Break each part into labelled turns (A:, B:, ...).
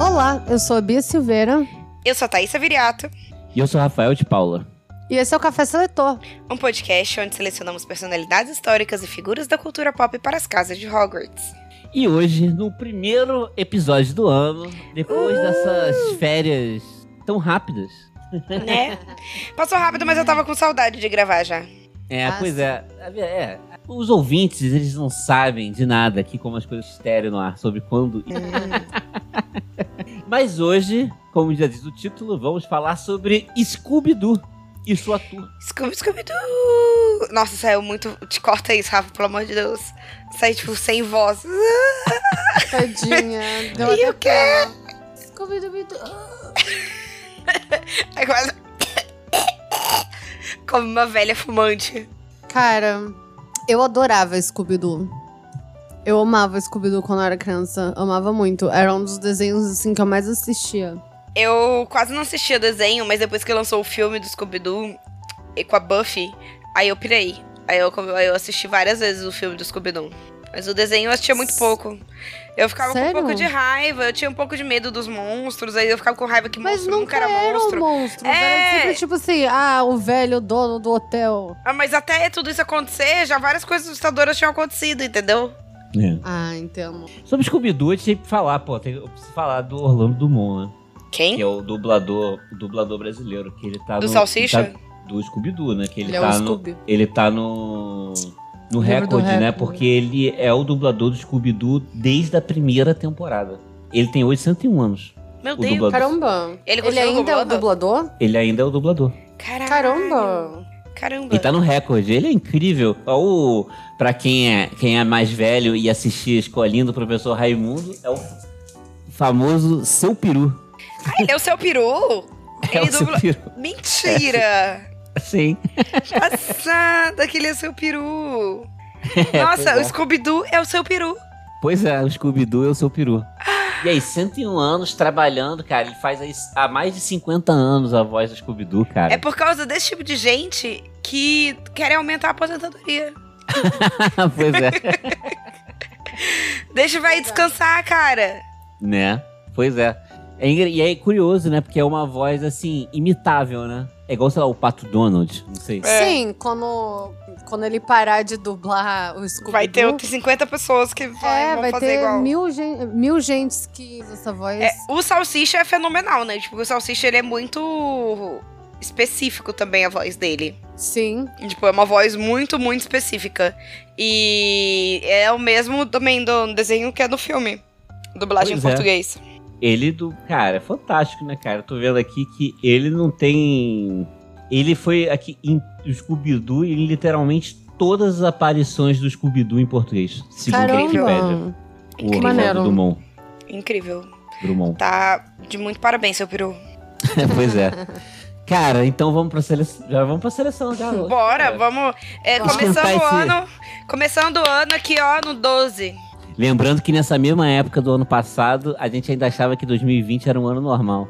A: olá, eu sou a Bia Silveira
B: Eu sou a Thaisa Viriato,
C: E eu sou Rafael de Paula.
A: e esse é o Café Seletor.
B: um podcast onde selecionamos personalidades históricas e figuras da cultura pop para as casas de Hogwarts.
C: E hoje, no primeiro episódio do ano, depois dessas férias tão rápidas.
B: Né? Passou rápido, mas eu tava com saudade de gravar já.
C: É,
A: Ah,
C: pois
A: sim.
C: é, é. Os ouvintes, eles não sabem de nada aqui, como as coisas estéreo no ar, sobre quando. Mas hoje, como já diz o título, vamos falar sobre Scooby-Doo e sua turma.
B: Scooby, Scooby-Doo! Nossa, saiu muito. Te corta isso, Rafa, pelo amor de Deus. Sai, tipo, sem voz.
A: Tadinha.
B: deu E até o quê? É quase. Como uma velha fumante.
D: Cara, eu adorava Scooby-Doo. Eu amava Scooby-Doo quando eu era criança. Amava muito. Era um dos desenhos, assim, que eu mais assistia.
B: Eu quase não assistia o desenho, mas depois que lançou o filme do Scooby-Doo e com a Buffy, aí eu pirei. Aí eu, aí eu assisti várias vezes o filme do Scooby-Doo. Mas o desenho eu assistia muito pouco. Eu ficava
D: Sério?
B: com um pouco de raiva, eu tinha um pouco de medo dos monstros, aí eu ficava com raiva que
D: Mas
B: monstro nunca
D: nunca
B: era
A: um
D: eram
B: monstro.
D: monstros.
B: É.
D: Era sempre tipo assim, ah, o velho dono do hotel.
B: Ah, mas até tudo isso acontecer, já várias coisas assustadoras tinham acontecido, entendeu?
D: Ah, entendo.
C: Sobre Scooby-Doo, a gente tem que falar, pô, tem, eu preciso falar do Orlando Dumont, né? Que
B: Quem?
C: é o dublador, o dublador brasileiro, que ele tá
B: Do
C: no-
B: Salsicha?
C: ele tá- do Scooby-Doo, né? Que ele,
D: Ele é
C: tá
D: o
C: no,
D: Scooby.
C: ele tá no. No
D: Livro do
C: recorde, né?
D: recorde.
C: Porque ele é o dublador do Scooby-Doo desde a primeira temporada. Ele tem hoje 101 anos.
B: Meu
C: O
B: Deus.
C: dublador.
D: Caramba.
B: Ele
D: Ele
B: continua
D: ainda é o dublador?
C: Ele ainda é o dublador.
B: Caralho.
D: Caramba.
B: Caramba.
C: E tá no recorde. Ele é incrível. Ó, O, pra quem é, quem é mais velho e assistir Escolhendo o Professor Raimundo, é o famoso Seu Peru.
B: Ah, ele é o seu peru?
C: é
B: Ele
C: o
B: dubla-
C: Seu Peru. É.
B: Mentira!
C: Sim.
B: Passada que ele é o seu peru.
C: É,
B: Nossa,
C: pois é.
B: o Scooby-Doo é o seu peru.
C: Pois é, o Scooby-Doo é o seu peru.
D: Ah.
C: E aí, 101 anos trabalhando, cara. Ele faz aí há mais de 50 anos a voz do Scooby-Doo, cara.
B: É por causa desse tipo de gente que querem aumentar a aposentadoria.
C: pois é,
B: Deixa vai descansar, cara.
C: né? Pois é. É engra- E é curioso, né? Porque é uma voz, assim, imitável, né? É igual, sei lá, o Pato Donald. Não sei.
B: É.
D: Sim, quando, quando ele parar de dublar o Scooby-Doo.
B: Vai ter outras 50 pessoas que vai,
D: É,
B: vão
D: vai
B: fazer
D: ter
B: igual.
D: mil, gen mil gentes que usa essa voz.
B: É, o Salsicha é fenomenal, né? Tipo, o Salsicha ele é muito específico também a voz dele.
D: Sim.
B: Tipo, é uma voz muito, muito específica. E é o mesmo também do desenho que é do filme. Dublagem
C: Pois
B: em
C: é.
B: português.
C: Ele do. Cara, é fantástico, né, cara? Eu tô vendo aqui que ele não tem. Ele foi aqui em Scooby-Doo em literalmente todas as aparições do Scooby-Doo em português. Segundo a Wikipédia.
D: Caramba.
C: O
B: Que
C: Orlando
D: maneiro.
C: Drummond.
B: Incrível.
C: Drummond.
B: Tá de muito parabéns, seu peru.
C: pois é. Cara, então vamos pra seleção. Já vamos pra seleção já. hoje,
B: Bora,
C: cara.
B: vamos. é,
D: Vamos
B: começando o
C: esquentar esse-
B: ano. Começando o ano aqui, ó, no 12.
C: Lembrando que nessa mesma época do ano passado, a gente ainda achava que 2020 era um ano normal.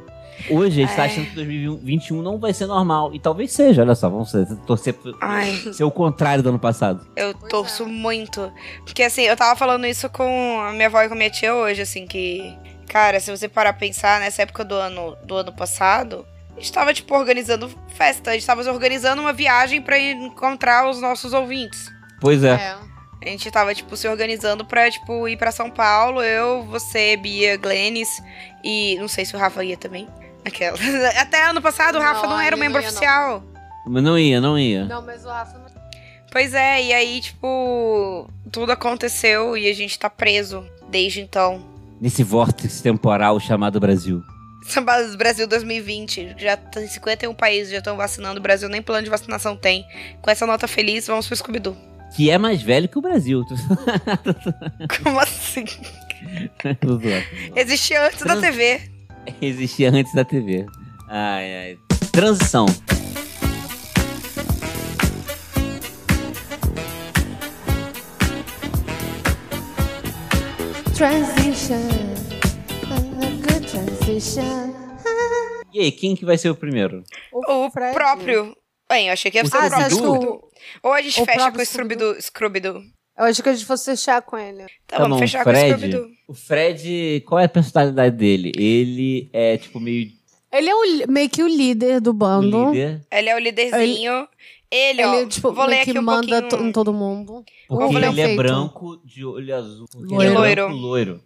C: Hoje a gente tá
B: É.
C: achando que 2021 não vai ser normal. E talvez seja, olha só, vamos torcer pro-
B: Ai,
C: ser o contrário do ano passado.
B: eu
D: Pois
B: torço
D: é.
B: muito. Porque assim, eu tava falando isso com a minha avó e com a minha tia hoje, assim, que. Cara, se você parar pra pensar nessa época do ano, do ano passado, a gente tava, tipo, organizando festa. A gente tava organizando uma viagem pra encontrar os nossos ouvintes.
C: Pois é.
D: É.
B: A gente tava, tipo, se organizando pra, tipo, ir pra São Paulo. Eu, você, Bia, Glênis e não sei se o Rafa ia também. Aquela. Até ano passado o Rafa
D: Não,
B: não,
D: ele
B: era um
D: não
B: membro
D: ia, não.
B: oficial.
C: Mas não ia, não ia.
D: Não, mas o Rafa não.
B: Pois é, e aí, tipo, tudo aconteceu e a gente tá preso desde então.
C: Nesse vórtice temporal chamado Brasil.
B: Samba do Brasil 2020, já tem 51 países já estão vacinando, o Brasil nem plano de vacinação tem. Com essa nota feliz, vamos pro Scooby-Doo.
C: Que é mais velho que o Brasil. Tô zoando,
B: Como assim?
C: tô zoando.
B: Existia antes da
C: Trans-
B: TV.
C: Existia antes da TV. Ai, ai. Transição.
D: Transition. A good transition.
C: E aí, quem que vai ser o primeiro?
B: O
D: Fred.
B: próprio. Bem, eu achei que ia
C: O
B: ser o
D: Ah, você
B: próprio.
D: acha que o...
B: Scooby-Doo.
C: Scooby-Doo?
B: Ou a gente
D: o
B: fecha
D: próprio
B: com o Scooby-Doo. Scooby-Doo.
D: Eu acho que a gente fosse fechar com ele.
B: Tá,
C: Tá
B: vamos
C: bom,
B: fechar com o
C: Fred.
B: Scooby-Doo.
C: O Fred, qual é a personalidade dele? Ele é, tipo, meio
D: Ele é o li- meio que o líder do bando.
C: líder.
B: Ele é o líderzinho. Ele, ó,
D: Ele, tipo,
B: vou ler
D: meio
B: aqui
D: que
B: um
D: manda to-
B: pouquinho.
D: em todo mundo.
C: Porque
B: Ovo
C: ele
B: não
C: é
D: feito.
C: branco, de olho azul. Porque
D: E
C: ele é
B: loiro.
C: branco, loiro.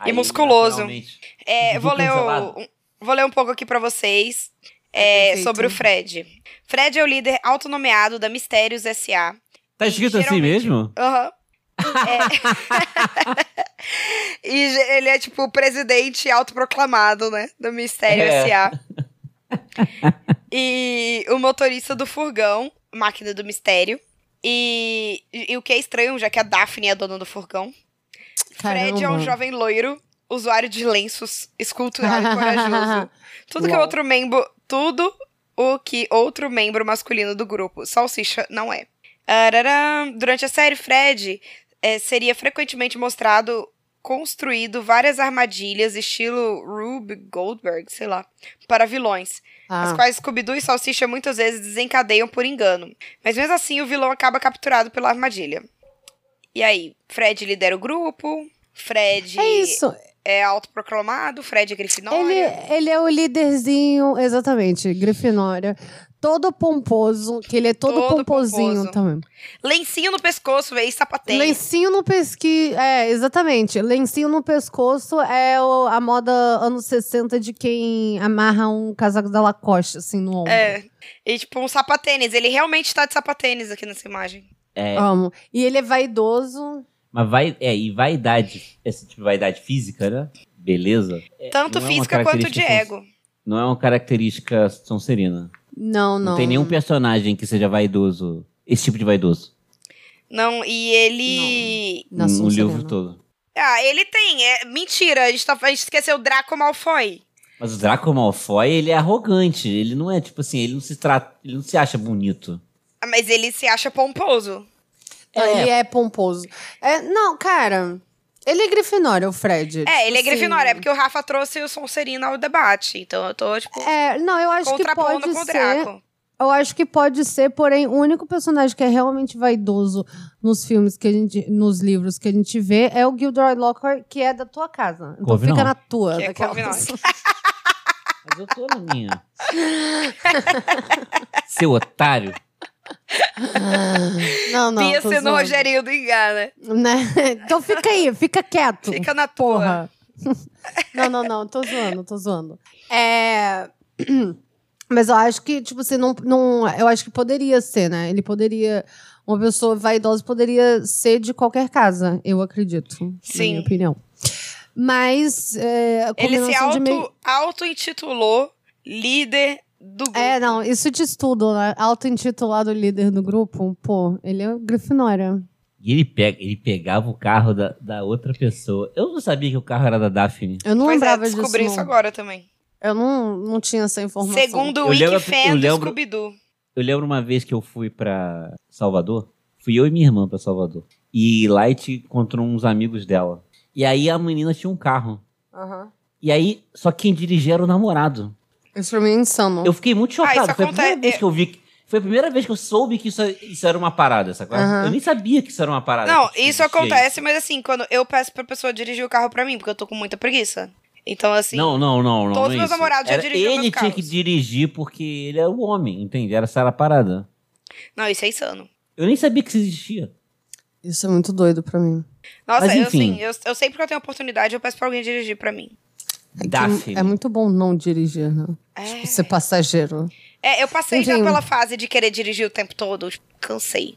C: Aí,
B: musculoso.
C: naturalmente,
B: É,
C: Do
B: vou ler,
C: cancelado.
B: o, um- vou ler um pouco aqui pra vocês
D: É,
B: é,
D: perfeito.
B: sobre o Fred. Fred é o líder autonomeado da Mistérios S.A.
C: Tá
B: E
C: escrito assim
B: geralmente-
C: mesmo?
B: Aham. É. e ge- ele é tipo o presidente autoproclamado, né? Do Mistério
C: É.
B: S.A. e o motorista do furgão, máquina do mistério. E, e o que é estranho, já que a Daphne é a dona do furgão. Fred é um
D: Caramba.
B: jovem loiro, usuário de lenços, escultural e corajoso. Tudo que
D: Uau.
B: outro membro. Tudo o que outro membro masculino do grupo, Salsicha, não é. Araram. Durante a série, Fred eh, seria frequentemente mostrado construído várias armadilhas, estilo Rube Goldberg, sei lá, para vilões, as
D: Ah.
B: quais Scooby-Doo e Salsicha muitas vezes desencadeiam por engano. Mas mesmo assim, o vilão acaba capturado pela armadilha. E aí, Fred lidera o grupo, Fred
D: É isso.
B: é autoproclamado, Fred é Grifinória.
D: Ele, ele é o líderzinho, exatamente, Grifinória. Todo pomposo, que ele é todo,
B: Todo
D: pomposinho
B: pomposo.
D: também.
B: Lencinho no pescoço, véi, sapateio.
D: Lencinho no pesqui... É, exatamente. Lencinho no pescoço é o- a moda anos 60 de quem amarra um casaco da Lacoste, assim, no ombro.
B: É. E tipo, um sapatênis. Ele realmente tá de sapatênis aqui nessa imagem.
C: É,
D: Amo. E ele é vaidoso.
C: mas vai, é, e vaidade, esse tipo de vaidade física, né? Beleza. É,
B: Tanto
C: não é uma
B: física quanto de
C: característica sons-
B: ego.
C: Não é uma característica sonserina.
D: Não, não.
C: Não tem nenhum personagem que seja vaidoso, esse tipo de vaidoso,
B: Não, e ele.
D: Na
C: no
D: Sonserina.
C: livro todo.
B: Ah, ele tem. É... Mentira, a gente, tá... a gente esqueceu o Draco Malfoy.
C: Mas o Draco Malfoy, ele é arrogante, ele não é, tipo assim, ele não se trata, ele não se acha bonito.
B: Ah, Mas ele se acha pomposo.
D: Não,
C: É.
D: Ele é pomposo. É, não, cara. Ele é Grifinória, o Fred.
B: É, ele é
D: Assim,
B: Grifinória, é porque o Rafa trouxe o Sonserina ao debate. Então eu tô, tipo,
D: É, não, eu acho que
B: contrapondo
D: pode
B: com o
D: ser.
B: Draco.
D: Eu acho que pode ser, porém, o único personagem que é realmente vaidoso nos filmes que a gente. nos livros que a gente vê é o Gilderoy Lockhart, que é da tua casa. Então
C: Couve
D: fica
C: não.
D: na tua.
B: Que é
D: daquela
B: couve não.
D: pessoa.
C: Mas eu tô na minha. Seu otário.
D: Ah, não, não.
B: Pia
D: tô
B: sendo o
D: zoando.
B: Rogerinho do Engar, né?
D: Né? Então fica aí, fica quieto.
B: Fica na porra.
D: Porra. não, não, não. Tô zoando, tô zoando. É. Mas eu acho que, tipo, você não, não. Eu acho que poderia ser, né? Ele poderia. Uma pessoa vaidosa poderia ser de qualquer casa, eu acredito.
B: Sim.
D: Na minha opinião. Mas. É, a
B: Ele se
D: combinação de meio-
B: auto- auto-intitulou líder do grupo.
D: É, não, isso diz tudo, né? Auto-intitulado líder do grupo, pô, ele é o Grifinória.
C: E ele, pega, ele pegava o carro da, da outra pessoa. Eu não sabia que o carro era da Daphne.
D: Eu não
B: pois é,
D: lembrava disso.
B: descobri isso
D: não.
B: agora também.
D: Eu não, não tinha essa informação.
B: Segundo o
C: Eu lembro- eu
B: Wikifan do
C: lembro-
B: Scooby-Doo.
C: Eu lembro uma vez que eu fui pra Salvador. Fui eu e minha irmã pra Salvador. E Light encontrou uns amigos dela. E aí a menina tinha um carro.
D: Aham.
C: E aí, só quem dirigia era o namorado.
D: Isso pra mim é insano.
C: Eu fiquei muito
B: Ah, isso
C: chocado. foi a primeira
B: acontece-
C: vez que eu vi. que- Foi a primeira vez que eu soube que isso, é, isso era uma parada, sacou?
D: Aham.
C: Eu nem sabia que isso era uma parada.
B: Não,
C: Ah, que
B: isso
C: existia
B: acontece, mas assim, quando eu peço pra pessoa dirigir o carro pra mim, porque eu tô com muita preguiça. Então, assim,
C: Não, não, não, não.
B: Todos
C: não é
B: meus
C: isso.
B: namorados já
C: Era-
B: dirigiram
C: Ele
B: meus
C: tinha
B: carros.
C: que dirigir porque ele era o homem, entende? Era essa era a parada.
B: não, isso é insano.
C: Eu nem sabia que isso existia.
D: Isso é muito doido pra mim.
B: Nossa,
C: Mas,
B: eu,
C: enfim.
B: assim, eu, eu sempre que eu tenho oportunidade, eu peço pra alguém dirigir pra mim.
D: É que
C: Daphne.
D: É muito bom não dirigir, né?
B: É.
D: Tipo, ser passageiro.
B: É, eu passei já
D: Entendi.
B: pela fase de querer dirigir o tempo todo. tipo, Cansei.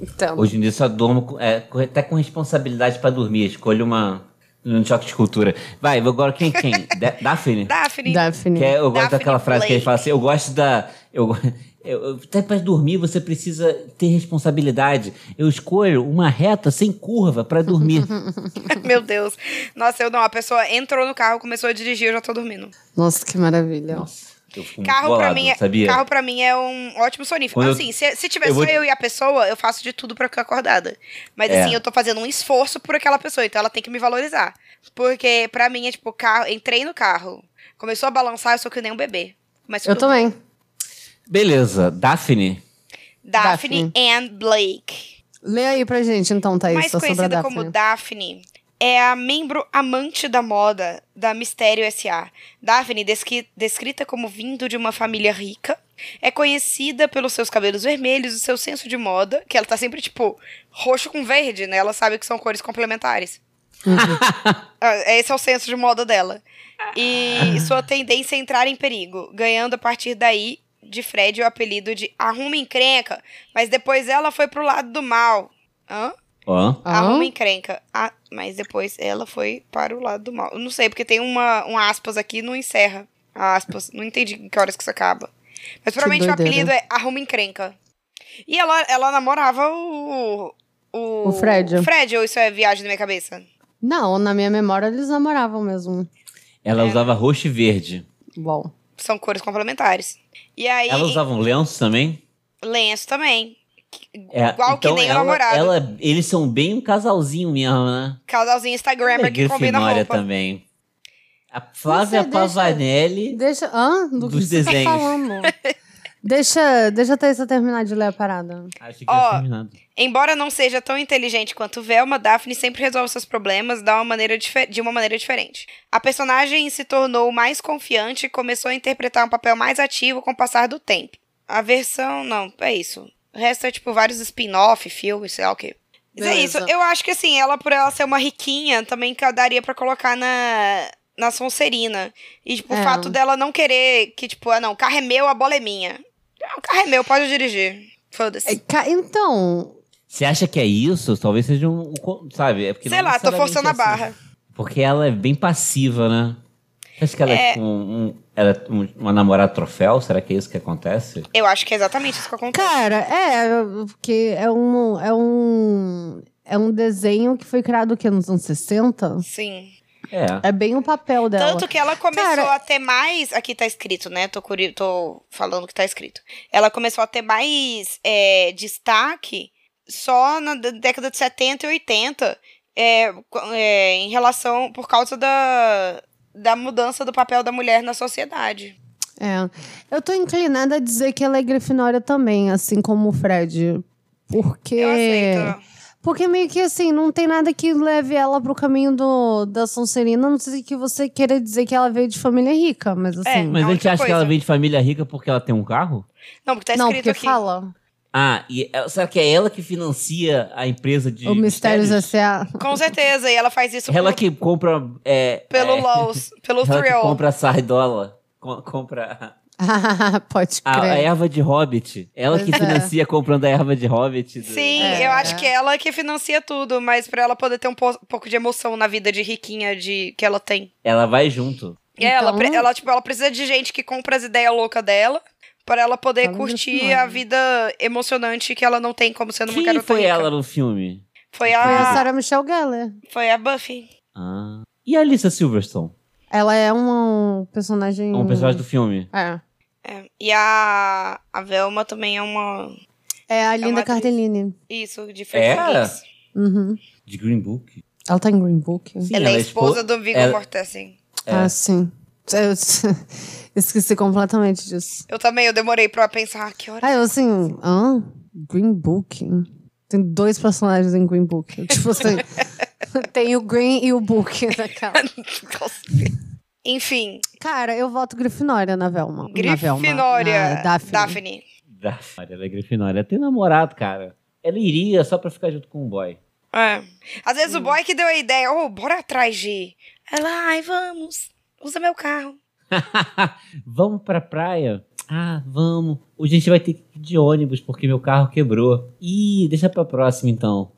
D: Então.
C: Hoje em dia eu só durmo com- é, com- até com responsabilidade pra dormir. Escolho uma. Um choque de cultura. Vai, agora quem? Quem? Da- Daphne?
B: Daphne.
D: Daphne.
C: Que é- eu gosto
B: Daphne
C: daquela frase que ele
B: Blake.
C: fala assim: eu gosto da. Eu, go- eu- eu- até pra dormir você precisa ter responsabilidade. Eu escolho uma reta sem curva pra dormir.
B: Meu Deus. Nossa, eu não. A pessoa entrou no carro, começou a dirigir, eu já tô dormindo.
D: Nossa, que maravilha.
C: Nossa, eu fico muito
B: Carro
C: um bolado,
B: pra mim é,
C: sabia?
B: carro para mim é um ótimo sonífero.
C: Quando eu-
B: assim, se, se tiver só
C: eu vou-
B: eu e a pessoa, eu faço de tudo pra ficar acordada. Mas
C: É.
B: assim, eu tô fazendo um esforço por aquela pessoa, então ela tem que me valorizar. Porque pra mim é tipo, carro, entrei no carro, começou a balançar, eu sou que nem um bebê. Mas
D: Eu também.
C: Beleza, Daphne.
B: Daphne, and Blake.
D: Lê aí pra gente, então, Thaís,
B: mais
D: só sobre a
B: conhecida
D: Daphne.
B: como Daphne, é a membro amante da moda da Mistério S.A. Daphne, desqui- descrita como vindo de uma família rica, é conhecida pelos seus cabelos vermelhos e seu senso de moda, que ela tá sempre, tipo, roxo com verde, né? Ela sabe que são cores complementares. Ah, Esse é o senso de moda dela. E sua tendência é entrar em perigo, ganhando a partir daí de Fred o apelido de Arruma Encrenca, mas depois ela foi pro lado do mal. Hã?
C: Ó.
B: Arruma encrenca. Ah, mas depois ela foi para o lado do mal. Eu Não sei, porque tem uma, um aspas aqui e não encerra. Ah, Aspas. Não entendi em que horas que isso acaba. Mas provavelmente o
D: doideira.
B: apelido é Arruma Encrenca. E ela, ela namorava o. O,
D: O Fred.
B: O Fred, ou isso é viagem na minha cabeça?
D: Não, na minha memória eles namoravam mesmo.
B: É.
C: Ela usava roxo e verde.
D: Bom.
B: São cores complementares. E aí.
C: Ela usava um lenço também?
B: Lenço também.
C: É,
B: Igual que
C: então
B: nem o
C: ela,
B: namorado.
C: ela- eles são bem um casalzinho mesmo, né?
B: Casalzinho Instagrammer que combina a
C: é Grifinória
B: roupa.
C: também. A Flávia
D: Você deixa-
C: Pavanelli.
D: Deixa. Hã? Do que
C: Dos
D: você
C: desenhos.
D: tá falando? deixa, deixa a Thaisa terminar de ler a parada.
C: Acho que
B: Ó,
C: é terminado.
B: Embora não seja tão inteligente quanto Velma, Daphne sempre resolve seus problemas da uma maneira dife- de uma maneira diferente. A personagem se tornou mais confiante e começou a interpretar um papel mais ativo com o passar do tempo. A versão, não, é isso. O resto é tipo vários spin-off, filmes, sei lá o quê. Mas é isso.
D: Beleza.
B: Eu acho que assim, ela por ela ser uma riquinha, também que eu daria pra colocar na na Sonserina. E tipo,
D: É.
B: o fato dela não querer que tipo, ah não, o carro é meu, a bola é minha. Não, o carro é meu, pode dirigir. Foda-se.
D: É, ca- Então.
C: Você acha que é isso? Talvez seja um. um co- Sabe? É porque
B: Sei
C: não
B: lá, tô
C: necessariamente
B: forçando
C: é
D: assim.
B: a barra.
C: Porque ela é bem passiva, né? Você acha que ela é, tipo um, um- ela é um- uma namorada troféu? Será que é isso que acontece?
B: Eu acho que é exatamente isso que acontece.
D: Cara, é, porque é um. É um. É um desenho que foi criado o quê? Nos anos 60?
B: Sim.
C: É.
D: É bem o papel dela.
B: Tanto que ela começou
D: Cara-
B: a ter mais. Aqui tá escrito, né? Tô, curi... Tô falando que tá escrito. Ela começou a ter mais é, destaque só na d- década de 70 e 80. é, co- é, em relação. Por causa da. Da mudança do papel da mulher na sociedade.
D: É. Eu tô inclinada a dizer que ela é Grifinória também, assim como o Fred. Porque.
B: Eu aceito.
D: Porque meio que assim, não tem nada que leve ela pro caminho do, da Sonserina, a não sei que você queira dizer que ela veio de família rica, mas assim.
B: É
C: Mas
B: a
C: a gente
B: única
C: acha que ela
B: coisa.
C: vem de família rica porque ela tem um carro?
B: Não, porque tá
D: não,
B: escrito
D: porque
B: aqui.
D: fala.
C: Ah, e ela- será que é ela que financia a empresa de.
D: o Mistérios
C: mistérios?
D: S.A.
B: Com certeza. E ela faz isso
C: Ela
B: por-
C: que compra. É,
B: pelo
C: é,
B: LOLs, pelo
C: Ela que
B: Thrill.
C: compra a sardola. co- Compra
D: Pode
C: a, Ah, é a
D: crer. É
C: erva de hobbit. Ela que
D: Pois é.
C: financia comprando a erva de hobbit. do-
B: Sim,
D: É.
B: eu acho que é ela que financia tudo, mas pra ela poder ter um po- pouco de emoção na vida de riquinha de que ela tem.
C: Ela vai junto.
B: E ela,
D: Então-
B: pre- ela, tipo, ela precisa de gente que compra as ideias loucas dela pra ela poder
D: Ela é
B: curtir
D: impressionante.
B: a vida emocionante que ela não tem como sendo uma
C: Quem
B: garota
C: foi
B: rica.
C: ela no filme?
B: Foi
D: Foi a
B: a
D: Sarah Michelle Gellar.
B: foi a Buffy.
C: Ah. E a Alicia Silverstone?
D: Ela é um personagem.
C: Um personagem do filme.
D: É.
B: É. E a a Velma também é uma
D: É a
B: uma
D: Linda
B: atriz.
D: Cardellini.
B: isso de Freaky
C: É?
B: Geeks.
D: Uhum.
C: De Green Book?
D: Ela tá em Green Book.
C: Sim,
B: Ela é esposa
C: expo-
B: do Viggo
C: ela-
B: Mortensen.
C: É.
D: Ah, sim. Eu esqueci completamente disso.
B: Eu também, eu demorei pra pensar que hora.
D: Ah, eu assim, hã? Green Book? Tem dois personagens em Green Book. Tipo assim, tem o Green e o Book naquela.
B: Enfim,
D: Cara, eu voto Grifinória na Velma. Na Velma.
B: Grifinória,
D: Na Daphne.
B: Daphne.
C: Da Olha, ela é Grifinória. Ela tem namorado, cara. Ela iria só pra ficar junto com o boy.
B: É. Às vezes o boy que deu a ideia, ô, bora atrás de. Ela, ai, vamos, usa meu carro.
C: vamos pra praia? Ah, vamos. Hoje a gente vai ter que ir de ônibus porque meu carro quebrou. Ih, deixa pra próxima então.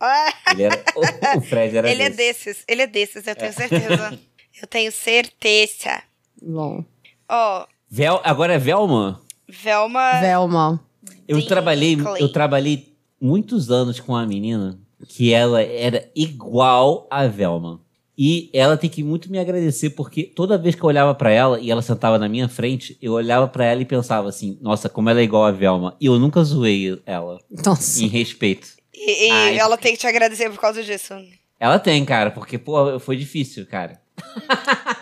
C: Ele era... o Fred era
B: ele é
C: desse.
B: desses, ele é desses, eu tenho certeza. eu tenho certeza.
D: Bom.
B: Ó,
C: Vel... Agora é Velma.
B: Velma.
D: Velma.
C: Eu
B: Sim,
C: trabalhei,
B: Clay.
C: eu trabalhei muitos anos com uma menina que ela era igual a Velma. E ela tem que muito me agradecer porque toda vez que eu olhava pra ela e ela sentava na minha frente, eu olhava pra ela e pensava assim: "Nossa, como ela é igual a Velma". E eu nunca zoei ela
D: Nossa.
C: em respeito.
B: E, e
C: Ai.
B: ela tem que te agradecer por causa disso.
C: Ela tem, cara, porque pô, foi difícil, cara.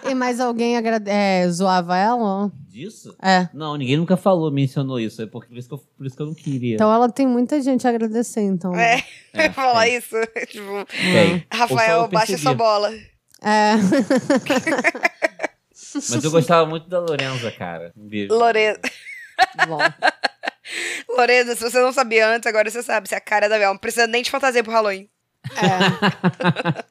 D: E mais alguém agrade... é, zoava ela?
C: Disso?
D: É.
C: Não, ninguém nunca falou, mencionou isso, é porque por isso que eu, por isso que eu não queria.
D: Então ela tem muita gente a agradecer, então.
B: É,
C: É,
B: eu falar
C: tem.
B: isso. tipo,
C: Tem. Ou só
B: Rafael,
C: eu
B: baixa
C: percebi.
B: sua bola.
D: É.
C: Mas eu gostava muito da Lorenza, cara. Um beijo.
B: Lore...
D: Bom.
B: Lorena, se você não sabia antes, agora você sabe. Você é a cara da Velma. Não precisa nem de fantasia pro Halloween.
D: É.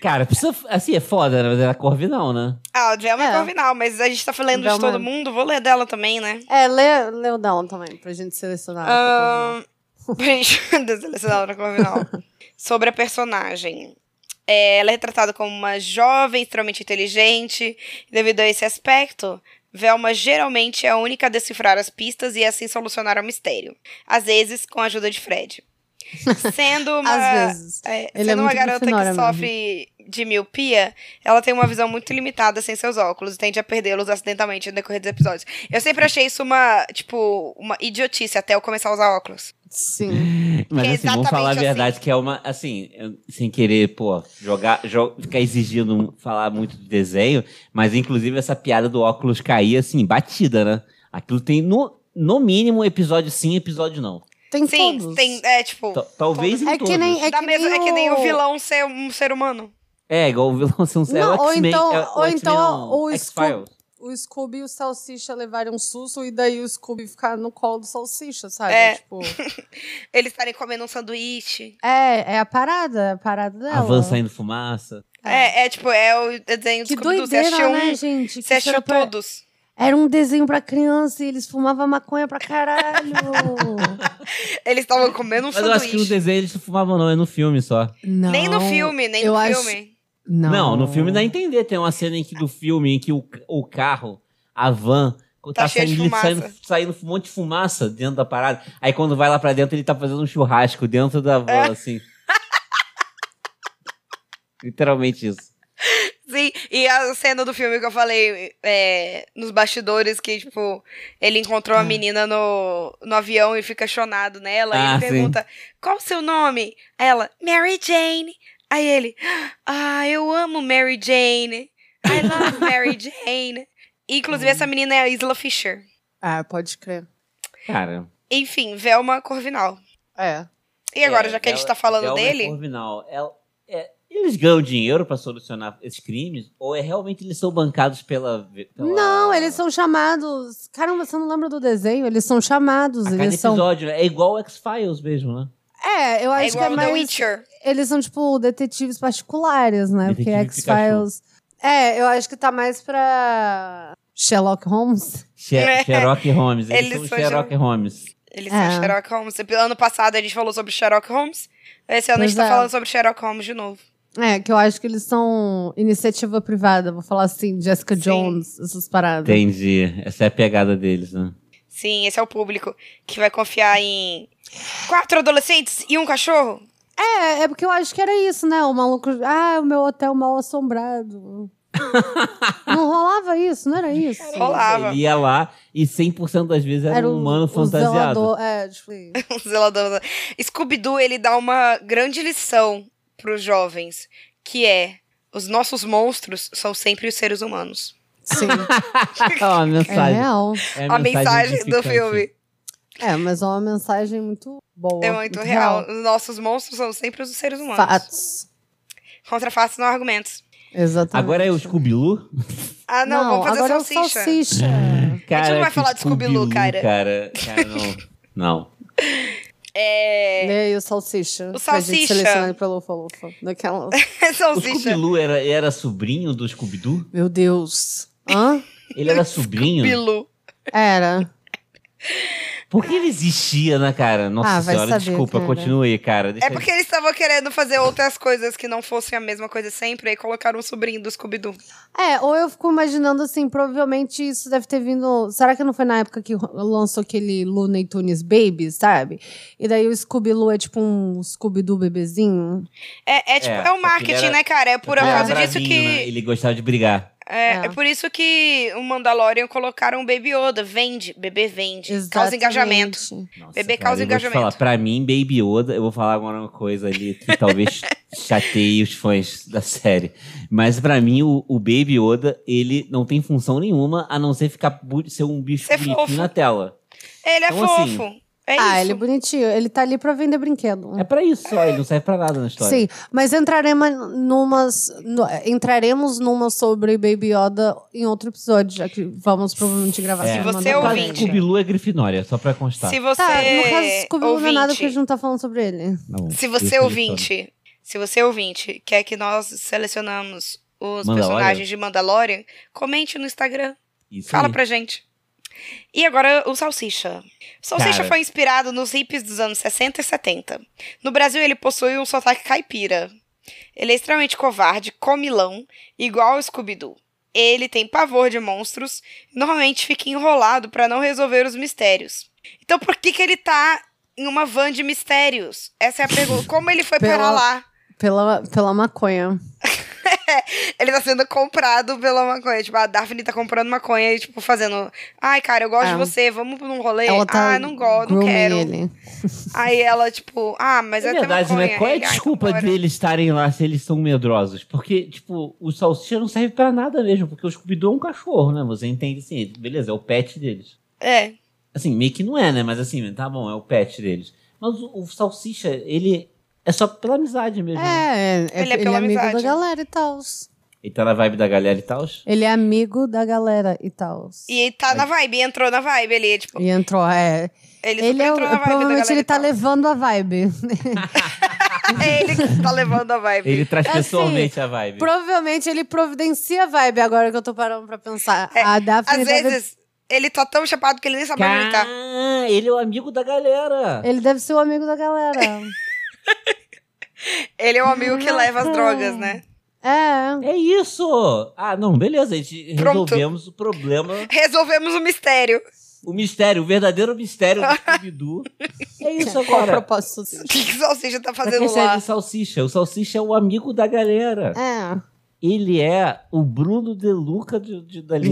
C: Cara, precisa. Assim, é foda, né? Mas era Corvinal, né?
B: Ah, a Velma é,
D: É.
B: corvinal, mas a gente tá falando de
D: Velma
B: todo
D: é.
B: mundo. Vou ler dela também, né?
D: É, lê, lê o dela também, pra gente selecionar. pra
B: Ahn, pra gente selecionar na corvinal. Sobre a personagem. É, ela é retratada como uma jovem extremamente inteligente. Devido a esse aspecto, Velma geralmente é a única a decifrar as pistas e assim solucionar o mistério. Às vezes, com a ajuda de Fred. Sendo
D: todo mundo.
B: uma,
D: Às vezes.
B: é,
D: Ele
B: sendo
D: é
B: uma
D: muito
B: garota que
D: grifinória mesmo.
B: sofre de miopia, ela tem uma visão muito limitada sem seus óculos e tende a perdê-los acidentalmente no decorrer dos episódios. Eu sempre achei isso uma, tipo, uma idiotice até eu começar a usar óculos.
D: Sim.
C: Mas
B: É
C: assim, vamos
B: exatamente
C: falar a
B: assim.
C: verdade, que é uma. Assim, eu- sem querer, pô, jogar. jo- ficar exigindo um- falar muito de desenho, mas inclusive essa piada do óculos cair, assim, batida, né? Aquilo tem no, no mínimo episódio sim, episódio não.
D: Tem
B: Sim,
D: todos.
B: tem, é tipo,
C: T- Talvez em
D: É
C: todos.
D: que nem. É
B: da
D: que
B: mesma-
D: nem
B: é que nem o
D: o
B: vilão ser um ser humano.
C: É, igual o vilão ser um é o
D: Não, ou
C: X-Men,
D: então-
C: é
D: ou
C: X-Men,
D: então
C: não,
D: o
C: X-Files.
D: o Scooby e o Salsicha levarem um susto e daí o Scooby ficar no colo do Salsicha, sabe?
B: É.
D: Tipo,
B: Eles estarem comendo um sanduíche.
D: é, é a parada, é a parada dela.
C: A van saindo fumaça.
B: É, é tipo, é o desenho
D: Que
B: do Scooby-Doo. Você
D: doideira,
B: achou
D: né,
B: um,
D: gente? Que
B: você
D: isso era
B: achou
D: pra-
B: todos.
D: Era um desenho pra criança e eles fumavam maconha pra caralho.
B: Eles estavam comendo um
C: Mas eu acho que no
B: sanduíche.
C: desenho eles não fumavam, não, é no filme só.
D: não,
B: Nem no filme, nem
D: eu
B: no
D: acho-
B: filme.
D: Não.
C: Não, no filme dá a entender. Tem uma cena em que, do filme em que o, o carro, a van, tá,
B: Tá cheio de
C: saindo, ele
B: fumaça.
C: saindo, saindo um monte de fumaça dentro da parada. Aí quando vai lá pra dentro, ele tá fazendo um churrasco dentro da van,
B: É.
C: assim. Literalmente isso.
B: Sim, e a cena do filme que eu falei é, nos bastidores, que, tipo, ele encontrou
C: É.
B: a menina no, no avião e fica chonado nela.
C: Ah,
B: e ele
C: sim.
B: pergunta, qual o seu nome? Aí Ela, Mary Jane. Aí ele, ah, eu amo Mary Jane. I love Mary Jane. E, inclusive,
C: Hum.
B: essa menina é a Isla Fisher.
D: Ah, pode crer.
C: Cara.
B: Enfim, Velma Corvinal.
D: É.
B: E agora,
C: é,
B: já que a gente
C: Velma-
B: tá falando
C: Velma
B: dele,
C: Corvinal, ela- é, eles ganham dinheiro pra solucionar esses crimes? Ou é realmente eles são bancados pela. pela-
D: Não, eles são chamados. Caramba, você não lembra do desenho? Eles são chamados.
C: A cada
D: Eles são.
C: episódio. É igual o X-Files mesmo, né?
D: É, eu acho
B: é igual
D: que é
B: o The
D: mais.
B: Witcher.
D: Eles são, tipo, detetives particulares, né? Porque
C: Detetive
D: X-Files. É, eu acho que tá mais pra. Sherlock Holmes?
C: She Sherlock Holmes.
B: É.
C: Eles,
B: Eles
C: são,
B: são
C: Sherlock Holmes.
B: Eles
D: É.
B: são Sherlock Holmes. Ano passado a gente falou sobre Sherlock Holmes. Esse ano a gente
D: Pois
B: tá
D: é.
B: falando sobre Sherlock Holmes de novo.
D: É, que eu acho que eles são iniciativa privada, vou falar assim, Jessica
B: Sim.
D: Jones, essas paradas.
C: Entendi. Essa é a pegada deles, né?
B: Sim, esse é o público que vai confiar em quatro adolescentes e um cachorro.
D: É, é porque eu acho que era isso, né? O maluco. Ah, o meu hotel mal assombrado. não rolava isso, não era isso?
B: Rolava.
C: Ele ia lá e 100% das vezes era, um
D: o-
C: humano
D: o
C: fantasiado.
D: zelador, é, tipo,
B: O zelador. Scooby-Doo, ele dá uma grande lição pros jovens, que é os nossos monstros são sempre os seres humanos.
D: sim,
C: é uma
D: é
C: mensagem.
D: real.
C: É
B: a mensagem do
C: edificante.
B: filme
D: É, mas é uma mensagem muito boa.
B: é muito real. Os nossos monstros são sempre os seres humanos.
D: Fatos.
B: Contra fatos não há argumentos.
D: Exatamente.
C: Agora é o Scooby-Loo?
B: Ah, não, vamos fazer
D: agora
B: salsicha.
D: É o salsicha.
C: Cara,
B: vai
C: que
B: falar de Scooby-Loo, cara.
C: Cara, cara, não. Não.
B: É.
D: Né? E o salsicha.
B: O
D: pra gente
B: Salsicha.
D: selecionado pelo Lufa Lufa. Daquela...
B: É
C: O
B: Salsicha.
C: Scooby-Doo era, era sobrinho do Scooby-Doo?
D: Meu Deus. Hã?
C: Ele era sobrinho?
B: Bilu.
D: Era.
C: Por que ele existia, né, cara? Nossa
D: Ah, vai
C: senhora,
D: saber,
C: desculpa,
D: cara.
C: continue aí, cara.
B: É
C: Deixa-
B: porque eles estavam querendo fazer outras coisas que não fossem a mesma coisa sempre, aí colocaram um sobrinho do Scooby-Doo.
D: É, ou eu fico imaginando assim, provavelmente isso deve ter vindo. Será que não foi na época que ro- lançou aquele Looney Tunes Baby, sabe? E daí o Scooby-Loo é tipo um Scooby-Doo bebezinho.
B: É, é tipo, é,
C: É,
B: o
C: porque ele
B: marketing,
C: era-
B: né, cara? É por
C: Ele era
B: causa disso
C: bravinho,
B: que.
C: né? Ele gostava de brigar.
D: É.
B: É, é por isso que o Mandalorian colocaram o Baby Yoda. Vende, bebê vende. Causa engajamento.
D: Exatamente.
C: Nossa,
B: Bebê
C: cara,
B: causa
C: eu vou te
B: engajamento.
C: Falar, pra mim, Baby Yoda, eu vou falar agora uma coisa ali que talvez chateie os fãs da série. Mas pra mim, o, o Baby Yoda, ele não tem função nenhuma a não ser ficar bu- ser um bicho
B: Ser
C: bonitinho
B: fofo.
C: na tela.
B: Ele é
C: Então, assim,
B: fofo. é isso.
D: Ah, ele é bonitinho. Ele tá ali pra vender brinquedo.
C: É pra isso só, ele não serve pra nada na história.
D: Sim, mas entraremos numas, no- entraremos numa sobre Baby Yoda em outro episódio, já que vamos provavelmente gravar.
C: É.
B: Se
D: semana
B: você
D: que
B: é
D: vem.
C: Mas
B: ouvinte.
C: Scooby-Loo é Grifinória, só pra constar.
B: Se você.
D: Tá, no caso, Scooby-Doo não é nada
B: ouvinte,
D: porque a gente não tá falando sobre ele.
C: Tá bom,
B: Se
C: deixa
B: você
C: ele
B: ouvinte, se você ouvinte, quer que nós selecionamos os
C: Mandalorian?
B: personagens de Mandalorian, comente no Instagram.
C: só. Isso
B: Fala
C: aí.
B: pra gente. E agora o Salsicha. Salsicha
C: Cara.
B: foi inspirado nos hippies dos anos 60 e 70. No Brasil, ele possui um sotaque caipira. Ele é extremamente covarde, comilão, igual ao Scooby-Doo. Ele tem pavor de monstros, normalmente fica enrolado pra não resolver os mistérios. Então por que que ele tá em uma van de mistérios? Essa é a pergunta. Como ele foi parar
D: Pela-
B: lá?
D: Pela, pela maconha.
B: Ele tá sendo comprado pela maconha. Tipo, a Daphne tá comprando maconha e, tipo, fazendo. Ai, cara, eu gosto
D: É.
B: de você, vamos pra um rolê?
D: Ela tá
B: ah, não gosto, não
D: grooming
B: quero.
D: ele.
B: Aí ela, tipo, ah, mas é,
C: É
B: até
C: verdade,
B: maconha.
C: né? Qual é a
B: Ele, "Ai,
C: desculpa
B: vambora."
C: deles estarem lá se eles são medrosos? Porque, tipo, o salsicha não serve pra nada mesmo, porque o Scooby-Doo é um cachorro, né? Você entende assim, beleza, é o pet deles.
B: É.
C: Assim, meio que não é, né? Mas assim, tá bom, é o pet deles. Mas o, o salsicha, ele é só pela amizade mesmo. né?
D: É, é, ele
B: Ele
D: é,
B: é pela
D: amigo da
B: amizade.
D: galera e tal.
C: Ele tá na vibe da galera e tal.
D: Ele é amigo da galera e tal.
B: E ele tá na vibe, entrou na vibe ali, tipo.
D: E entrou, é.
B: Ele,
D: Ele
B: super
D: é, o-
B: entrou na vibe da
D: provavelmente
B: galera
D: ele
B: e
D: tá
B: tal.
D: levando a vibe.
B: É ele que tá levando a vibe.
C: Ele traz
D: Assim,
C: pessoalmente a vibe.
D: Provavelmente ele providencia a vibe agora que eu tô parando pra pensar.
B: É,
D: a Daphne tá
B: Às
D: deve-
B: vezes, ele tá tão chapado que ele nem sabe onde ele tá.
C: Ah, ele é o amigo da galera.
D: ele deve ser o amigo da galera.
B: Ele é o amigo que leva as
D: Caraca.
B: drogas, né?
D: é.
C: É isso! Ah, não, beleza, a gente
B: Pronto.
C: resolvemos o problema
B: Resolvemos o mistério.
C: O mistério, o verdadeiro mistério do Scooby-Doo. É isso
D: Qual o
C: agora.
D: propósito
B: O
D: disso?
B: que, que o Salsicha tá
C: Pra quem
B: fazendo lá?
C: serve o Salsicha? O Salsicha é o amigo da galera.
D: É.
C: Ele é o Bruno De Luca de, de, dali.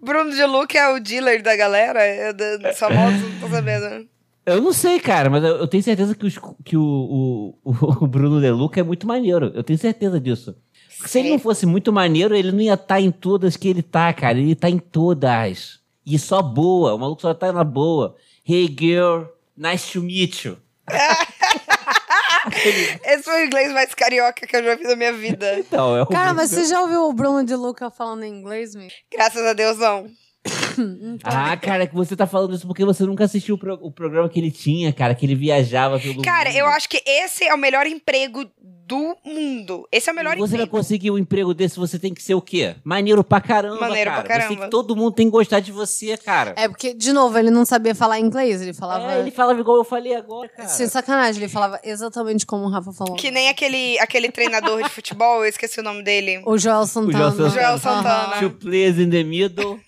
B: Bruno de Luca é o dealer da galera? Eu da- só mal não tô sabendo.
C: Eu não sei, cara, mas eu, eu tenho certeza que, o, Sco- que o, o, o Bruno De Luca é muito maneiro. Eu tenho certeza disso. Porque se ele não fosse muito maneiro, ele não ia estar em todas que ele tá, cara. Ele tá em todas. E só boa. O maluco só tá na boa. Hey, girl. Nice to meet you.
B: Esse foi o inglês mais carioca que eu já vi na minha vida.
C: Então, é o
D: Cara,
C: Bruno
D: mas
C: De
D: você já ouviu o Bruno de Luca falando em inglês, me?
B: Graças a Deus, não.
C: Ah, cara, que você tá falando isso porque você nunca assistiu o, pro- o programa que ele tinha, cara, que ele viajava pelo
B: Cara,
C: mundo.
B: eu acho que esse é o melhor emprego do mundo. Esse é o melhor
C: Você vai
B: emprego.
C: conseguir um emprego desse, você tem que ser o quê? Maneiro pra caramba,
B: Maneiro
C: cara.
B: pra
C: Você tem
B: caramba.
C: que- todo mundo tem que gostar de você, cara.
D: É porque, de novo, ele não sabia falar inglês. Ele falava.
C: É, ele falava igual eu falei agora, cara.
D: Sem sacanagem, ele falava exatamente como o Rafa falou.
B: Que nem aquele, aquele treinador de futebol, eu esqueci o nome dele.
D: O Joel Santana. né?
C: Santana.
B: Joel Santana.
C: Two plays in the middle,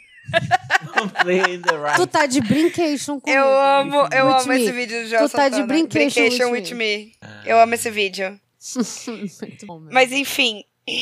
C: one play in the
D: Aham. Tu
C: right.
D: tá de brincation comigo.
B: Eu amo, eu
D: With
B: amo
D: me.
B: esse vídeo do Joel
D: Tu tá de
B: Santana.
D: brincation with
B: with me. Eu amo esse vídeo.
D: Muito bom, meu.
B: Mas enfim.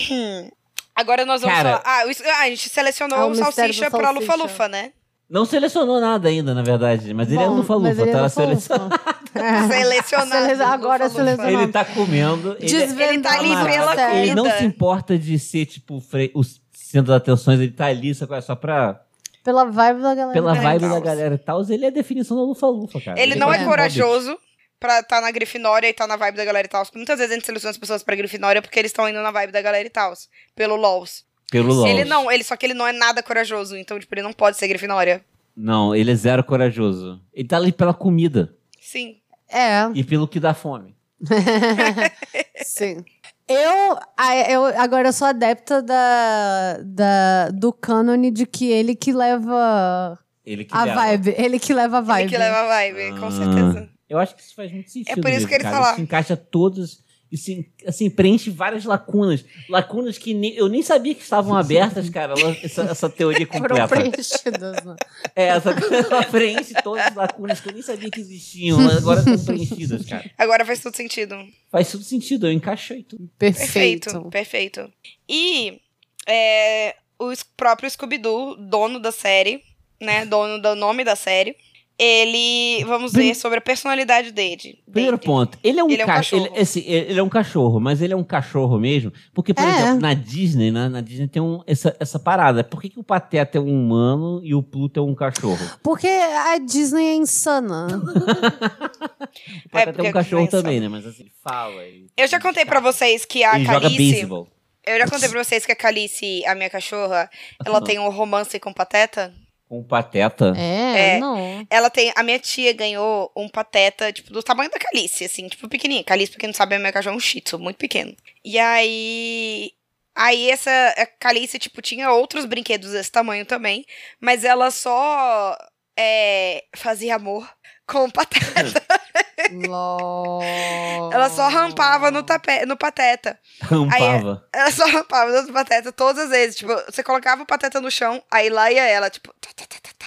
B: Agora nós vamos
C: Cara.
B: falar. Ah, isso- ah, a gente selecionou
D: Ah, o
B: o
D: mistério do
B: salsicha pra
D: salsicha.
B: Lufa-Lufa, né?
C: Não selecionou nada ainda, na verdade, mas ele é
D: Bom,
C: no
D: mas
C: Falufa,
D: ele é
C: tá
D: do
C: selecionado.
D: Falufa.
C: assim.
D: É.
B: Selecionado.
D: Sele- agora é
B: Lufa-Lufa.
D: selecionado.
C: Ele tá comendo. ele-
D: Desvendando
B: Ele tá ali
D: a
B: pela
D: mistério.
B: comida.
C: Ele não se importa de ser, tipo, fre- o centro das atenções, ele tá ali só só pra
D: Pela vibe da galera.
C: pela
B: É,
C: vibe da
B: Taos.
C: galera e tal, ele é a definição da lufa-lufa, cara.
B: Ele não
D: é
B: é
C: quase um hobbit.
B: corajoso pra estar tá na Grifinória e tá na vibe da galera e tal. Muitas vezes a gente seleciona as pessoas pra Grifinória porque eles estão indo na vibe da galera e tal. Pelo LOLs.
C: Pelo LOL.
B: Ele não, ele só que ele não é nada corajoso, então, tipo, ele não pode ser Grifinória.
C: Não, ele é zero corajoso. Ele tá ali pela comida
B: Sim.
D: É.
C: e pelo que dá fome.
D: Sim. Eu, a- eu agora eu sou adepta da, da, do cânone de que ele que leva
C: Ele que
D: a
C: leva.
D: vibe. Ele que leva a vibe.
B: Ele que leva a vibe,
C: Ah.
B: com certeza.
C: Eu acho que isso faz muito sentido.
B: É por isso
C: mesmo,
B: que ele
C: cara.
B: fala.
C: Isso encaixa todos. Isso, en- assim, preenche várias lacunas. Lacunas que nem- eu nem sabia que estavam abertas, cara. ela- Essa, essa teoria
D: Foram
C: completa.
D: preenchidas. né?
C: É, essa, ela preenche todas as lacunas que eu nem sabia que existiam. mas Agora estão preenchidas, cara.
B: Agora faz todo sentido.
C: Faz todo sentido, eu encaixei tudo.
D: Perfeito.
B: Perfeito, perfeito. E é, o s- próprio Scooby-Doo, dono da série, né? Dono do nome da série. Ele, vamos ver sobre a personalidade dele.
C: Primeiro
B: dele.
C: ponto, ele é um,
B: Ele é um
C: ca-
B: cachorro.
C: Ele, assim, ele é um cachorro, mas ele é um cachorro mesmo. Porque, por
D: É.
C: exemplo, na Disney, né, na Disney tem um- essa, essa parada. Por que, que o Pateta é um humano e o Pluto é um cachorro?
D: Porque a Disney é insana.
C: O Pateta
B: porque
C: é,
B: é
C: um cachorro
B: criança.
C: também, né? Mas assim, ele fala. Ele...
B: Eu já contei pra vocês que a
C: Ele joga
B: Calice.
C: beisebol.
B: Eu já contei pra vocês que a Calice, a minha cachorra, ela tem um romance com o Pateta.
C: Com o tá? Pateta.
D: É,
B: É.
D: não.
B: Ela tem. A minha tia ganhou um pateta, tipo, do tamanho da Calice, assim, tipo, pequenininho. Calice, pra quem não sabe, é meu cachorro é um shih tzu, muito pequeno. E aí. Aí essa a Calice, tipo, tinha outros brinquedos desse tamanho também, mas ela só é, fazia amor com o pateta. Ela só rampava no, tape, no pateta.
C: Rampava.
B: Ela só rampava no pateta todas as vezes. Tipo, você colocava o pateta no chão, aí lá ia ela, tipo. Tá, tá, tá, tá, tá.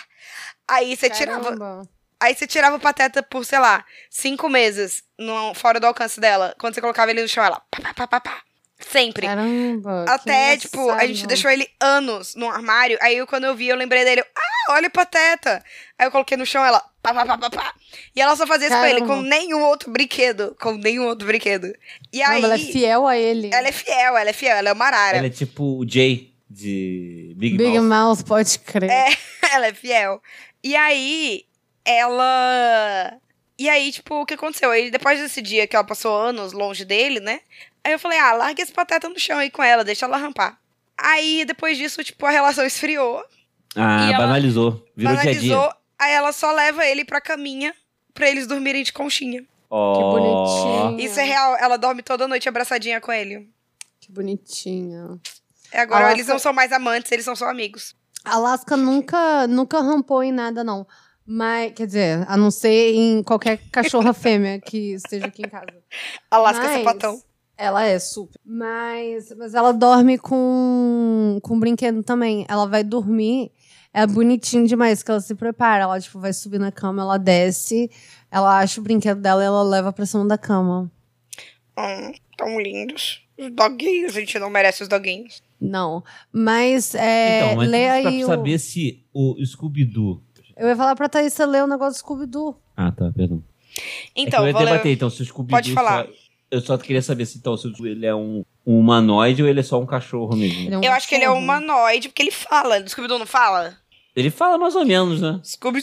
B: Aí você tirava.
D: Caramba.
B: Aí você tirava o pateta por, sei lá, cinco meses, no- fora do alcance dela. Quando você colocava ele no chão, ela pá, pá, pá, pá, pá. Sempre.
D: Caramba. É, que
B: Até, tipo, a
D: engraçado.
B: gente
D: né?
B: deixou ele anos no armário. Aí eu, quando eu vi, eu lembrei dele. eu, Ah, olha o pateta. Aí eu coloquei no chão, ela pá, pá, pá, pá, pá. E ela só fazia isso com ele,
D: Caramba.
B: com nenhum outro brinquedo. Com nenhum outro brinquedo. E aí,
D: Caramba, ela é fiel a ele.
B: ela é fiel, ela é fiel, ela é uma arara.
C: Ela é tipo o Jay de Big,
D: Big
C: Mouth.
D: Mouth, pode crer.
B: É. Ela é fiel. E aí, ela. E aí, tipo, o que aconteceu? Aí, depois desse dia que ela passou anos longe dele, né? Aí eu falei, ah, larga esse pateta no chão aí com ela, deixa ela rampar. Aí, depois disso, tipo, a relação esfriou,
C: Ah,
B: E ela-
C: banalizou. Virou
B: banalizou,
C: dia a dia.
B: aí ela só leva ele pra caminha pra eles dormirem de conchinha.
D: Que
C: Ó.
D: bonitinha.
B: Isso é real, ela dorme toda noite abraçadinha com ele.
D: Que bonitinha.
B: É, Agora
D: Ela
B: eles não
D: foi-
B: são mais amantes, eles são só amigos.
D: Alaska nunca, nunca rampou em nada, não. Mas, quer dizer, a não ser em qualquer cachorra fêmea que esteja aqui em casa.
B: Alasca é
D: Mas
B: sapatão.
D: Ela é super. Mas, mas ela dorme com, com brinquedo também. Ela vai dormir. É bonitinho demais que ela se prepara. Ela, tipo, vai subir na cama, ela desce, ela acha o brinquedo dela e ela leva pra cima da cama.
B: Hum, tão lindos. Os doguinhos, a gente não merece os doguinhos.
D: Não. Mas, é,
C: então, mas
D: lê
C: pra
D: aí o...
C: saber se o Scooby-Doo...
D: Eu ia falar pra Thaís você ler o negócio do Scooby-Doo.
C: Ah, tá, perdão.
B: Então,
C: é que eu
B: vou
C: ia
B: ler-
C: debater, então, se o Scooby-Doo...
B: Pode falar.
C: só- Eu só queria saber se então, se o- ele é um, um humanoide ou ele é só um cachorro mesmo.
D: Ele é um
B: Eu acho que ele é um
D: cachorro.
B: humanoide, porque ele fala. O Scooby-Doo não fala?
C: Ele fala mais ou menos, né?
B: Scooby,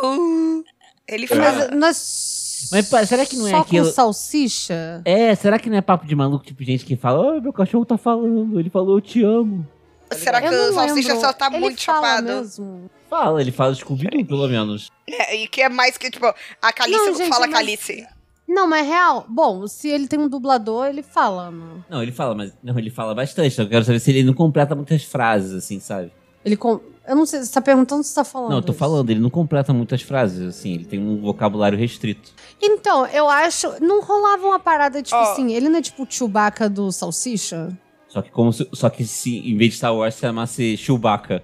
B: Scooby-Doo. Ele fala.
D: Mas nós.
C: Mas, pá, será que não é
D: só
C: aquilo-
D: com salsicha?
C: É, será que não é papo de maluco, tipo gente que fala, oh, meu cachorro tá falando, ele falou eu te amo.
B: Será que
D: Tá Eu
B: o
D: não
B: Salsicha
D: lembro.
B: só tá
D: Ele
B: muito
D: fala
B: chapado?
D: Mesmo.
C: Fala, ele fala Scooby-Doo, pelo menos.
B: É, e que é mais que, tipo, a Calice
D: Não,
B: não,
D: gente,
B: fala
D: mas-
B: Calice.
D: Não, mas é real. Bom, se ele tem um dublador, ele fala, mano.
C: Não, ele fala, mas não, ele fala bastante. então Eu quero saber se ele não completa muitas frases, assim, sabe?
D: Ele com... Eu não sei, você tá perguntando se você tá falando.
C: Não, eu tô
D: isso?
C: falando, ele não completa muitas frases, assim, ele tem um vocabulário restrito.
D: Então, eu acho. Não rolava uma parada tipo
B: Ó.
D: assim. Ele não é tipo o Chewbacca do Salsicha?
C: Só que como se, só que se em vez de Star Wars se chamasse Chewbacca.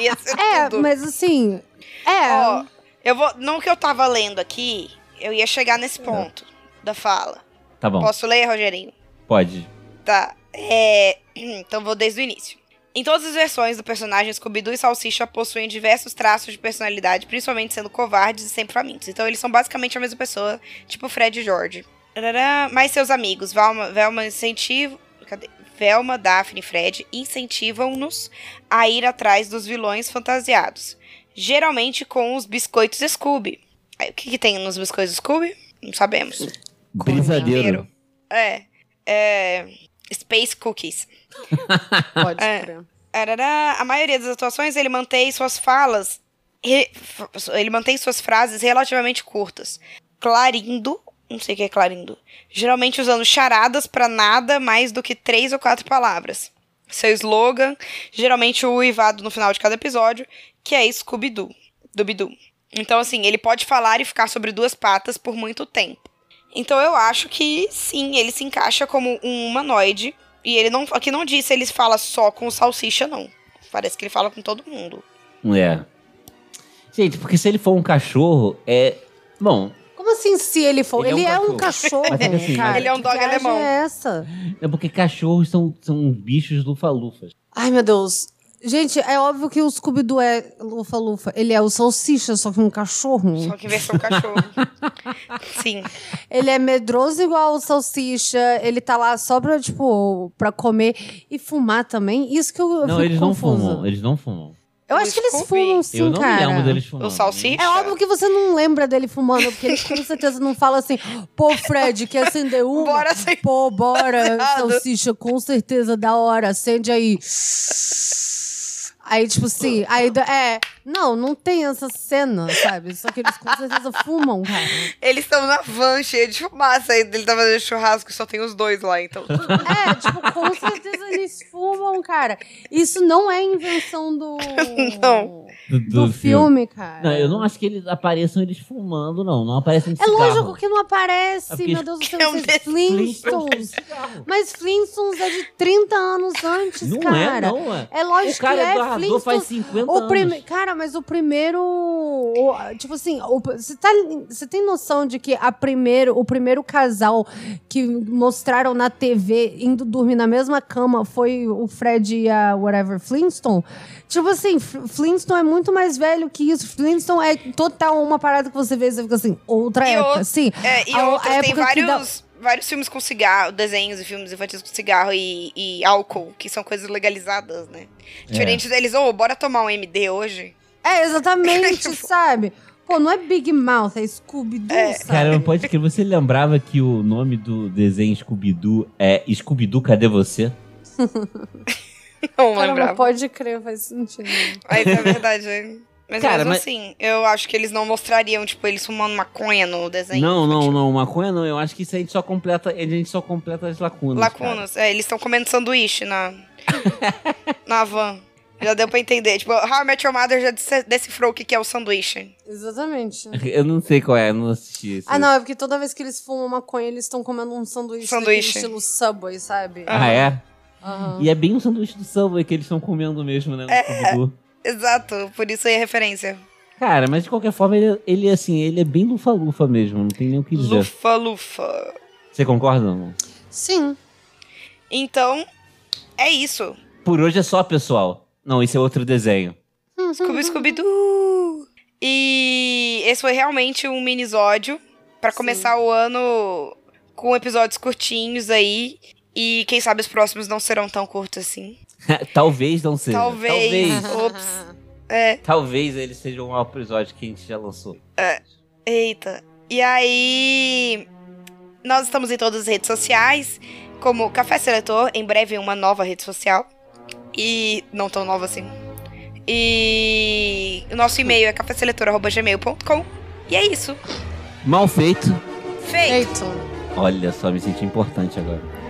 B: Ia ser
D: É,
B: tudo.
D: mas assim. É.
B: Ó, eu vou. Não que eu tava lendo aqui, eu ia chegar nesse
D: É.
B: ponto da fala.
C: Tá bom,
B: Posso ler, Rogerinho?
C: pode.
B: Tá. É... Então vou desde o início. Em todas as versões do personagem, Scooby-Doo e Salsicha possuem diversos traços de personalidade, principalmente sendo covardes e sempre famintos. Então eles são basicamente a mesma pessoa, tipo Fred e George. Tarará, Mas seus amigos, Velma, Velma incentivo... Cadê? Velma, Daphne e Fred incentivam-nos a ir atrás dos vilões fantasiados. Geralmente com os biscoitos Scooby. Aí, o que, que tem nos biscoitos Scooby? Não sabemos.
C: Brisadeiro.
B: É. É. Space Cookies.
D: Pode
B: é.
D: crer.
B: arará, a maioria das atuações ele mantém suas falas, re- f- ele mantém suas frases relativamente curtas. Clarindo, não sei o que é clarindo, geralmente usando charadas para nada mais do que três ou quatro palavras. Seu slogan, geralmente o uivado no final de cada episódio, que é Scooby-Doo, Dooby-Doo. Então, assim, ele pode falar e ficar sobre duas patas por muito tempo. Então, eu acho que sim, ele se encaixa como um humanoide. E ele não. Aqui não diz se ele fala só com o salsicha, não. Parece que ele fala com todo mundo.
C: É. Gente, porque se ele for um cachorro, é. Bom,
D: Como assim, se ele for? Ele, é um cachorro,
C: Mas é que assim,
D: cara.
B: Ele é um
D: Que
B: dog
D: viagem
B: alemão.
D: é essa?
C: é porque cachorros são, são bichos lufalufas.
D: Ai, meu Deus. Gente, é óbvio que o Scooby-Doo é lufa-lufa. Ele é o salsicha, só que um cachorro.
B: Só que em versão cachorro. Sim.
D: Ele é medroso igual o salsicha. Ele tá lá só pra, tipo, pra comer e fumar também. Isso que eu, eu
C: não,
D: fico
C: eles não
D: confusa.
C: fumam, eles não fumam.
D: Eu acho que eles
B: Scooby.
D: fumam sim,
C: Eu não
D: cara.
C: me lembro deles fumando.
B: O salsicha.
D: É óbvio que você não lembra dele fumando, porque ele com certeza não fala assim, pô, Fred, quer acender uma?
B: Bora acender.
D: Pô, bora,
B: Errado.
D: salsicha, com certeza, da hora, acende aí. Aí, tipo assim, aí, da- é, não, não tem essa cena, sabe? Só que eles com certeza fumam, cara.
B: Eles estão na van cheia de fumaça. aí Ele tá fazendo churrasco e só tem os dois lá, então.
D: É, tipo, com certeza eles fumam, cara. Isso não é invenção do...
B: Não.
C: Do,
D: Do,
C: do
D: filme, cara.
C: Não, eu não acho que eles apareçam eles fumando, não. Não aparecem de
D: É
C: cigarro.
D: lógico que não
C: É
D: aparece,
C: porque
D: meu Deus do céu,
B: é um
D: vocês
B: The
D: Flintstones. Mas Flintstones é de 30 anos antes,
C: Não
D: cara.
C: é, não é.
D: É lógico
C: o cara
D: que é,
C: é doador faz
D: Flintstones.
C: 50
D: O prime...
C: anos.
D: Cara, mas o primeiro. o- Tipo assim, o- você tá, você tem noção de que a primeiro, o primeiro casal que mostraram na TV indo dormir na mesma cama foi o Fred e a whatever Flintstone? Tipo assim, F- Flintstone é muito mais velho que isso. Flintstone é total uma parada que você vê e você fica assim, outra
B: E
D: época.
B: outra-
D: Sim,
B: É, e
D: A- a
B: outra, tem
D: época que
B: vários, vários filmes com cigarro, desenhos e filmes infantis com cigarro e, e álcool, que são coisas legalizadas, né? Diferente deles, ô, bora tomar um MD hoje.
D: É, exatamente, sabe? Pô, não é Big Mouth, é Scooby-Doo, sabe?
C: Cara, não pode crer. Você lembrava que o nome do desenho Scooby-Doo é Scooby-Doo, cadê você?
B: Não
D: Cara,
B: lembrava.
D: pode crer, faz sentido.
B: Mas é verdade. é. Mas
C: Cara,
B: mesmo
C: mas-
B: assim, eu acho que eles não mostrariam, tipo, eles fumando maconha no desenho.
C: não, não,
B: infantil.
C: não. Maconha não. Eu acho que isso a gente só completa, a gente só completa as lacunas. cara.
B: Lacunas. É, eles estão comendo sanduíche na, na van. Já deu pra entender. Tipo, How I Met Your Mother já disse- decifrou o que que é o sanduíche.
D: Exatamente.
C: Eu não sei qual é, eu não assisti isso.
D: Ah, não, é porque toda vez que eles fumam maconha, eles estão comendo um sanduíche,
B: Sanduíche.
D: daquele estilo Subway, sabe?
C: Ah, é?
D: Aham.
C: E é bem um sanduíche do Subway que eles estão comendo mesmo,
D: É.
C: né? No Scooby-Doo.
B: Exato, por isso aí a referência.
C: Cara, mas de qualquer forma, ele, ele assim, ele é bem lufa-lufa mesmo, não tem nem o que dizer.
B: Lufa, lufa.
C: Você concorda, não?
D: Sim.
B: Então, é isso.
C: Por hoje é só, pessoal. Não, isso é outro desenho.
D: Uhum.
B: Scooby Scooby Doo! E esse foi realmente um minisódio pra
D: Sim.
B: começar o ano com episódios curtinhos aí. E quem sabe os próximos não serão tão curtos assim.
C: Talvez não seja.
B: Talvez.
C: Talvez,
B: Ops. É,
C: talvez ele seja um episódio que a gente já lançou.
B: eita. E aí. Nós estamos em todas as redes sociais, como Café Seletor, em breve uma nova rede social. E. não tão nova assim. E. o nosso e-mail é caféseletor.gmail.com. E é isso.
C: Mal feito.
B: Feito!
D: Eita.
B: é?
C: Olha só, me senti importante agora.